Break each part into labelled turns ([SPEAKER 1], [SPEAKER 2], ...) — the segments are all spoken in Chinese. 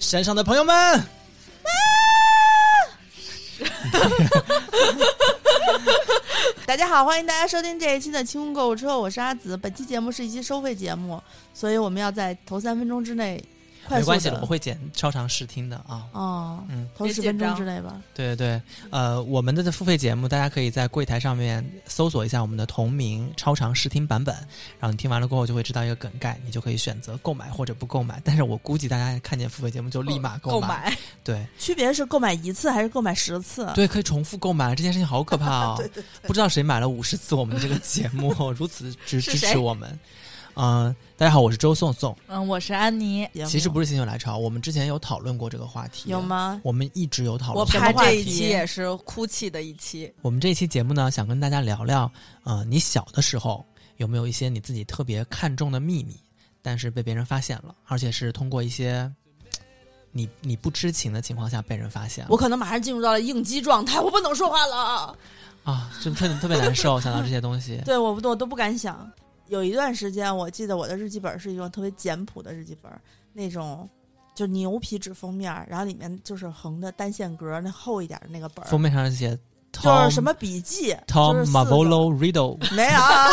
[SPEAKER 1] 山上的朋友们，
[SPEAKER 2] 大家好，欢迎大家收听这一期的《清空购物车》，我是阿紫。本期节目是一期收费节目，所以我们要在头三分钟之内
[SPEAKER 1] 没
[SPEAKER 2] 快速地
[SPEAKER 1] 关系的，我会剪超长试听的啊。
[SPEAKER 2] 哦，
[SPEAKER 1] 嗯，
[SPEAKER 2] 头十分钟之内吧。
[SPEAKER 1] 对对对，呃，我们的付费节目，大家可以在柜台上面搜索一下我们的同名超长试听版本，然后你听完了过后就会知道一个梗概，你就可以选择购买或者不购买。但是我估计大家看见付费节目就立马
[SPEAKER 3] 购
[SPEAKER 1] 买，
[SPEAKER 3] 买，
[SPEAKER 1] 对
[SPEAKER 2] 区别是购买一次还是购买十次？
[SPEAKER 1] 对，可以重复购买，这件事情好可怕哦！不知道谁买了五十次我们的这个节目，如此支
[SPEAKER 3] 是
[SPEAKER 1] 支持
[SPEAKER 3] 谁
[SPEAKER 1] 我们。嗯、大家好，我是周颂颂。
[SPEAKER 3] 嗯，我是安妮，
[SPEAKER 2] 节目
[SPEAKER 1] 其实不是心血来潮，我们之前有讨论过这个话题，
[SPEAKER 2] 有？吗？
[SPEAKER 1] 我们一直有讨
[SPEAKER 3] 我
[SPEAKER 1] 论。
[SPEAKER 3] 怕这一
[SPEAKER 2] 什么话题
[SPEAKER 3] 期也是哭泣的一期，
[SPEAKER 1] 我们这一期节目呢，想跟大家聊聊，呃，你小的时候有没有一些你自己特别看重的秘密，但是被别人发现了，而且是通过一些嘖你你不知情的情况下被人发现了
[SPEAKER 2] 我可能马上进入到了应激状态，我不能说话 了。
[SPEAKER 1] 啊，就特特别难受，想到这些东西。
[SPEAKER 2] 对，我不，我都不敢想。有一段时间，我记得我的日记本是一种特别简朴的日记本，那种就牛皮纸封面，然后里面就是横的单线格，那厚一点的那个本儿，
[SPEAKER 1] 封面上写 Tom
[SPEAKER 2] 就是什么笔记
[SPEAKER 1] Tom
[SPEAKER 2] 就是四
[SPEAKER 1] m a v o l
[SPEAKER 2] 个
[SPEAKER 1] o Riddle，
[SPEAKER 2] 没有啊，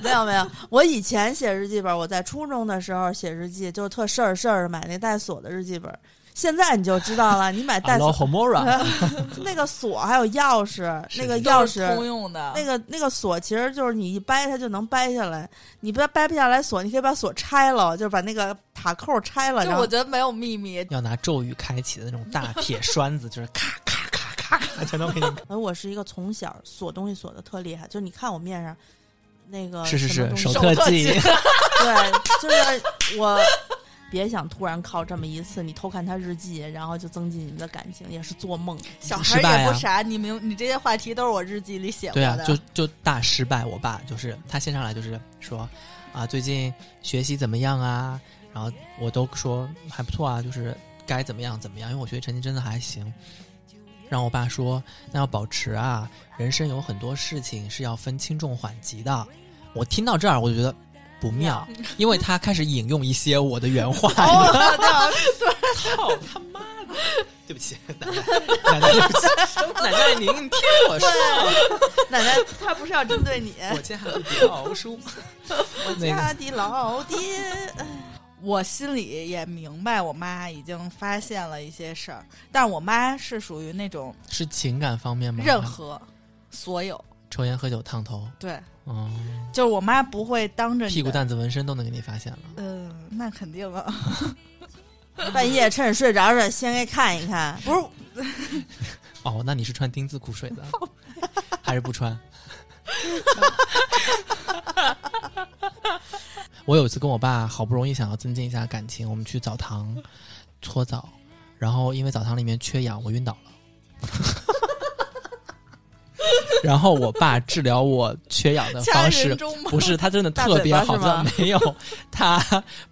[SPEAKER 2] 没有没有。我以前写日记本，我在初中的时候写日记，就是特事儿事儿地买那带锁的日记本。现在你就知道了，你买带
[SPEAKER 1] l o
[SPEAKER 2] 锁
[SPEAKER 1] Homora，
[SPEAKER 2] 那个锁还有钥匙，
[SPEAKER 1] 是
[SPEAKER 2] 那个
[SPEAKER 1] 呃是
[SPEAKER 2] 钥
[SPEAKER 3] 都是
[SPEAKER 2] 匙
[SPEAKER 3] 通用的，
[SPEAKER 2] 那个那个锁其实就是你一掰它就能掰下来，你不掰不下来锁，你可以把锁拆了，就是把那个塔扣拆了，
[SPEAKER 3] 就
[SPEAKER 2] 然后
[SPEAKER 3] 我觉得没有秘密，
[SPEAKER 1] 要拿咒语开启的那种大铁栓子， 就是咔咔咔咔咔，全都给你。
[SPEAKER 2] 而哎我是一个从小锁东西锁的特厉害，就是你看我面上那个
[SPEAKER 1] 是是
[SPEAKER 2] 什么
[SPEAKER 1] 是，手
[SPEAKER 2] 东西
[SPEAKER 3] 手
[SPEAKER 1] 特
[SPEAKER 3] 特
[SPEAKER 1] 技
[SPEAKER 3] 技。
[SPEAKER 2] 对，就是我。别想突然靠这么一次你偷看他日记，然后就增进你们的感情，也是做梦。
[SPEAKER 3] 小
[SPEAKER 1] 失
[SPEAKER 3] 孩
[SPEAKER 1] 败
[SPEAKER 3] 儿也
[SPEAKER 1] 呀
[SPEAKER 3] 不傻，你明你这些话题都是我日记里写过
[SPEAKER 1] 对啊
[SPEAKER 3] 的，，
[SPEAKER 1] 就就大失败。我爸就是他先上来就是说，啊，最近学习怎么样啊？然后我都说还不错啊，就是该怎么样怎么样，因为我学习成绩真的还行。让我爸说，那要保持啊，人生有很多事情是要分轻重缓急的。我听到这儿，我就觉得不妙，因为他开始引用一些我的原话。
[SPEAKER 3] 哦，对，
[SPEAKER 1] 操他妈的！对不起，奶奶，奶奶，对不 起，奶奶，您您听我说。
[SPEAKER 2] 奶奶，她不是要针对你，
[SPEAKER 1] 我家迪奥叔，我 那
[SPEAKER 2] 家
[SPEAKER 1] 个
[SPEAKER 2] 的老爹。
[SPEAKER 3] 我心里也明白，我妈已经发现了一些事儿，但我妈是属于那种
[SPEAKER 1] 是情感方面吗？
[SPEAKER 3] 任何所有，
[SPEAKER 1] 抽烟喝酒烫头，
[SPEAKER 3] 对，
[SPEAKER 1] 嗯，
[SPEAKER 3] 就是我妈不会当着你的
[SPEAKER 1] 屁股，蛋子纹身都能给你发现了。
[SPEAKER 3] 嗯，那肯定了。
[SPEAKER 2] 半夜趁睡着了，先给看一看。不是，
[SPEAKER 1] 哦，那你是穿丁字裤睡的， 还是不穿？我有一次跟我爸好不容易想要增进一下感情，我们去澡堂搓澡，然后因为澡堂里面缺氧，我晕倒了。 然后我爸治疗我缺氧的呃
[SPEAKER 3] 掐
[SPEAKER 1] 方式
[SPEAKER 3] 人中吗？
[SPEAKER 1] 不是，他真的
[SPEAKER 2] 大
[SPEAKER 1] 特
[SPEAKER 2] 嘴
[SPEAKER 1] 别
[SPEAKER 2] 巴
[SPEAKER 1] 好，
[SPEAKER 2] 是
[SPEAKER 1] 知道
[SPEAKER 2] 吗
[SPEAKER 1] 没有？ 他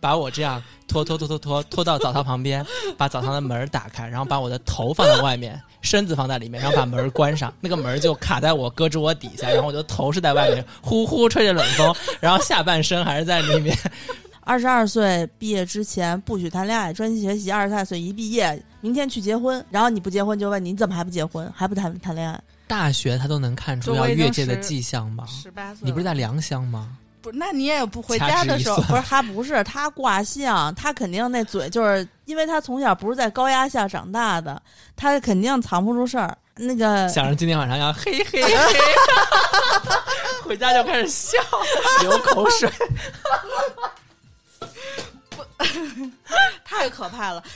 [SPEAKER 1] 把我这样拖拖拖拖拖拖到澡堂旁边， 把澡堂的门儿打开，然后把我的头放在外面，身子放在里面，然后把门儿关上，那个门儿就卡在我胳肢窝底下，然后我的头是在外面，呼呼吹着冷风，然后下半身还是在 里面。
[SPEAKER 2] 二十二岁毕业之前不许谈恋爱，专心学习。二十二岁一毕业，明天去结婚，然后你不结婚就问你怎么还不结婚，还不谈谈恋爱？
[SPEAKER 1] 大学他都能看出
[SPEAKER 3] 就
[SPEAKER 1] 要
[SPEAKER 3] 我已经
[SPEAKER 1] 越界的
[SPEAKER 3] 十
[SPEAKER 1] 迹象吗？
[SPEAKER 3] 十八岁了，
[SPEAKER 1] 你不是在良乡 吗？
[SPEAKER 3] 不，那你也不回
[SPEAKER 1] 掐
[SPEAKER 3] 家
[SPEAKER 1] 指
[SPEAKER 3] 的
[SPEAKER 1] 一
[SPEAKER 3] 时候
[SPEAKER 1] 算，
[SPEAKER 2] 不是，他不是他卦象，他肯定那嘴就是，因为他从小不是在高压下长大的，他肯定藏不住事儿。那个
[SPEAKER 1] 想着今天晚上要嘿嘿嘿，回家就开始笑，流口水。
[SPEAKER 3] 太可怕了。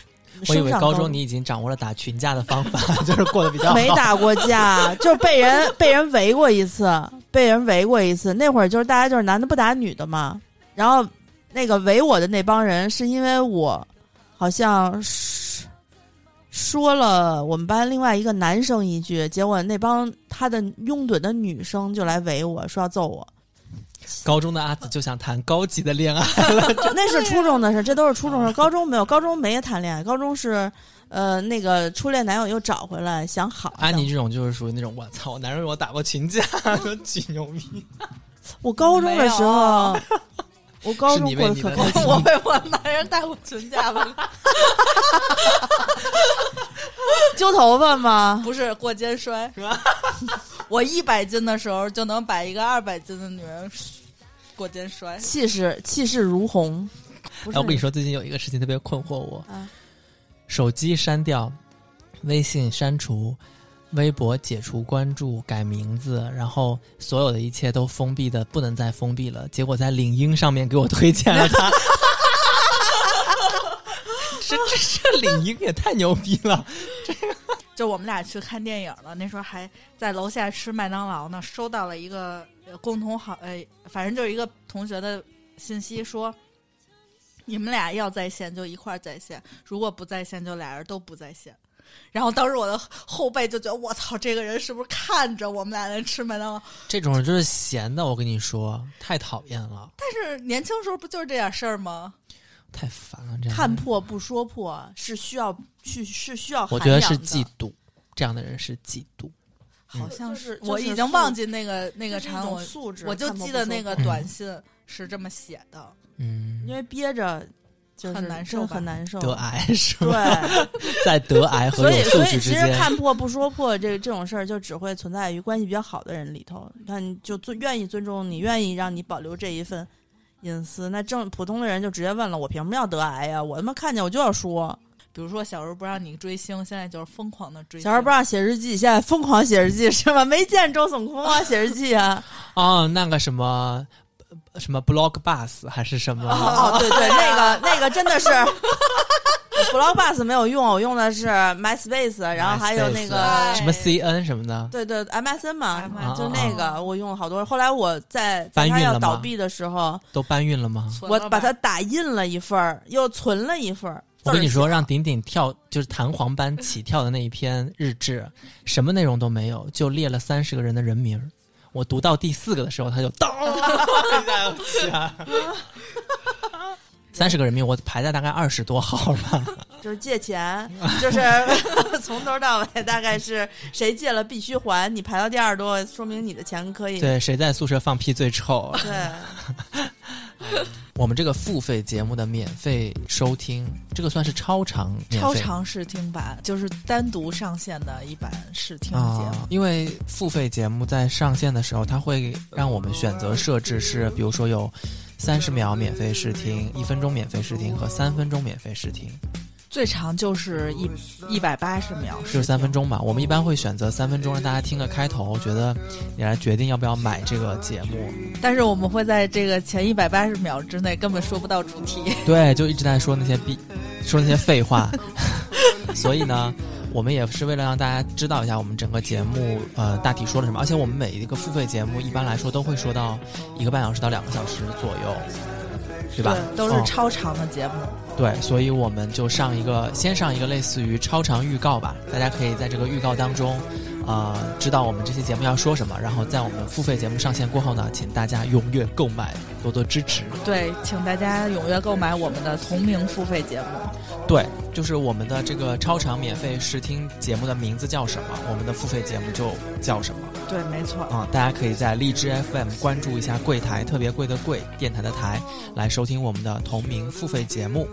[SPEAKER 1] 我以
[SPEAKER 2] 升
[SPEAKER 1] 为
[SPEAKER 2] 上
[SPEAKER 1] 高中你已经掌握了打群架的方法， 就是过得比较好。
[SPEAKER 2] 没打过架，就是被人被人围过一次，被人围过一次。那会儿就是大家就是男的不打女的嘛，然后那个围我的那帮人是因为我好像是说了我们班另外一个男生一句，结果那帮他的拥趸的女生就来围我说要揍我，
[SPEAKER 1] 高中的阿紫就想谈高级的恋爱，
[SPEAKER 2] 那是初中的事，这都是初中的事。高中没有，高中没谈恋爱，高中是呃那个初恋男友又找回来，想好。
[SPEAKER 1] 安妮这种就是属于那种我操，男人为 我打过群架，巨牛逼。
[SPEAKER 2] 我高中的时候， 我高
[SPEAKER 1] 是
[SPEAKER 2] 中
[SPEAKER 1] 你为
[SPEAKER 2] 过得
[SPEAKER 1] 你
[SPEAKER 2] 可
[SPEAKER 1] 的
[SPEAKER 2] 开
[SPEAKER 1] 那
[SPEAKER 2] 心
[SPEAKER 1] 个
[SPEAKER 3] 我被我男人带过群架吧？
[SPEAKER 2] 揪头发吗？
[SPEAKER 3] 不是过肩摔， 我一百斤的时候就能把一个二百斤的女人过肩摔。
[SPEAKER 2] 气势气势如虹。
[SPEAKER 1] 哎，我跟你说，最近有一个事情特别困惑我，
[SPEAKER 2] 啊
[SPEAKER 1] 手机删掉，微信删除，微博解除关注，改名字，然后所有的一切都封闭的不能再封闭了。结果在领英上面给我推荐了他。 这这这领英也太牛逼了！
[SPEAKER 3] 就我们俩去看电影了，那时候还在楼下吃麦当劳呢，收到了一个呃共同好呃，反正就是一个同学的信息说，你们俩要在线就一块儿在线，如果不在线就俩人都不在线。然后当时我的后背就觉得我操，这个人是不是看着我们俩在吃麦当劳？
[SPEAKER 1] 这种人就是闲的，我跟你说，太讨厌了，
[SPEAKER 3] 但是年轻时候不就是这点事儿吗？
[SPEAKER 1] 太烦了。这样的
[SPEAKER 2] 看
[SPEAKER 1] 人，
[SPEAKER 2] 破不说破是需要去是需要
[SPEAKER 1] 我
[SPEAKER 2] 涵
[SPEAKER 1] 觉得
[SPEAKER 2] 养
[SPEAKER 1] 是
[SPEAKER 2] 的
[SPEAKER 1] 嫉妒，这样的人是嫉妒。
[SPEAKER 3] 好像
[SPEAKER 2] 就是就
[SPEAKER 3] 我
[SPEAKER 2] 是
[SPEAKER 3] 已经
[SPEAKER 2] 素
[SPEAKER 3] 忘记那个那
[SPEAKER 2] 这
[SPEAKER 3] 个
[SPEAKER 2] 是一
[SPEAKER 3] 产
[SPEAKER 2] 种
[SPEAKER 3] 我
[SPEAKER 2] 素质，
[SPEAKER 3] 我就
[SPEAKER 2] 看破
[SPEAKER 3] 记
[SPEAKER 2] 不
[SPEAKER 3] 得
[SPEAKER 2] 说
[SPEAKER 3] 那个
[SPEAKER 2] 破
[SPEAKER 3] 短信是这么写的，
[SPEAKER 1] 嗯，
[SPEAKER 2] 因为憋着就是
[SPEAKER 3] 很难受
[SPEAKER 2] 真
[SPEAKER 3] 吧
[SPEAKER 2] 很难受。
[SPEAKER 1] 得癌是吗？
[SPEAKER 2] 对，
[SPEAKER 1] 在得癌和
[SPEAKER 2] 所以
[SPEAKER 1] 有素
[SPEAKER 2] 所以
[SPEAKER 1] 质之
[SPEAKER 2] 其实
[SPEAKER 1] 间，
[SPEAKER 2] 看破不说破这这种事儿，就只会存在于关系比较好的人里头。你看，你就尊愿意尊重你，愿意让你保留这一份隐私。那正普通的人就直接问了：我凭什么要得癌呀？我他妈看见我就要说。
[SPEAKER 3] 比如说小时候不让你追星，现在就是疯狂的追星。
[SPEAKER 2] 小时候不让写日记，现在疯狂写日记是吧？没见周总空啊，写日记啊！
[SPEAKER 1] 哦，那个什么呃什么 blog bus 还是什么？
[SPEAKER 2] 哦哦，对对，那个那个真的是 Blogbus 没有用，我用的是 MySpace，然后还有那个
[SPEAKER 3] MySpace
[SPEAKER 1] 什么啊 CN 什么的，
[SPEAKER 2] 对对，MSN 嘛，
[SPEAKER 3] MSN
[SPEAKER 2] 就那个我用了好多。后来我在在
[SPEAKER 1] 搬
[SPEAKER 2] 它
[SPEAKER 1] 运了吗
[SPEAKER 2] 要倒闭的时候，
[SPEAKER 1] 都搬运了吗？
[SPEAKER 3] 存
[SPEAKER 2] 我
[SPEAKER 3] 了
[SPEAKER 2] 把
[SPEAKER 3] 吧
[SPEAKER 2] 它打印了一份儿，又存了一份儿。
[SPEAKER 1] 我跟你
[SPEAKER 2] 字
[SPEAKER 1] 说，让顶顶跳就是弹簧班起跳的那一篇日志，什么内容都没有，就列了三十个人的人名儿。我读到第四个的时候，他就 当一下就起来了。三十个人名，我排在大概二十多号吧。
[SPEAKER 2] 儿就是 借钱，就是 从头到尾大概是谁借了必须还，你排到第二多，说明你的钱可以。
[SPEAKER 1] 对，谁在宿舍放屁最臭？
[SPEAKER 2] 对
[SPEAKER 1] 我们这个付费节目的免费收听，这个算是超长免费
[SPEAKER 3] 超长试听版，就是单独上线的一版试听节目。
[SPEAKER 1] 啊因为付费节目在上线的时候，它会让我们选择设置是，比如说有三十秒免费试听、一分钟免费试听和三分钟免费试听，
[SPEAKER 3] 最长就是一一百八十秒，
[SPEAKER 1] 就是三分钟吧。我们一般会选择三分钟，让大家听个开头，觉得你来决定要不要买这个节目。
[SPEAKER 3] 但是我们会在这个前一百八十秒之内根本说不到主题。
[SPEAKER 1] 对，就一直在说那些逼，说那些废话。 所以呢，我们也是为了让大家知道一下我们整个节目呃大体说了什么，而且我们每一个付费节目一般来说都会说到一个半小时到两个小时左右，对吧？
[SPEAKER 3] 都是
[SPEAKER 1] 嗯
[SPEAKER 3] 超长的节目。
[SPEAKER 1] 对，所以我们就上一个，先上一个类似于超长预告吧，大家可以在这个预告当中，呃，知道我们这期节目要说什么，然后在我们付费节目上线过后呢，请大家踊跃购买，多多支持。
[SPEAKER 3] 对，请大家踊跃购买我们的同名付费节目。
[SPEAKER 1] 对，就是我们的这个超长免费试听节目的名字叫什么，我们的付费节目就叫什么
[SPEAKER 3] 对，没错。
[SPEAKER 1] 啊、大家可以在荔枝 FM 关注一下“柜台”，特别贵的贵，电台的台，来收听我们的同名付费节目。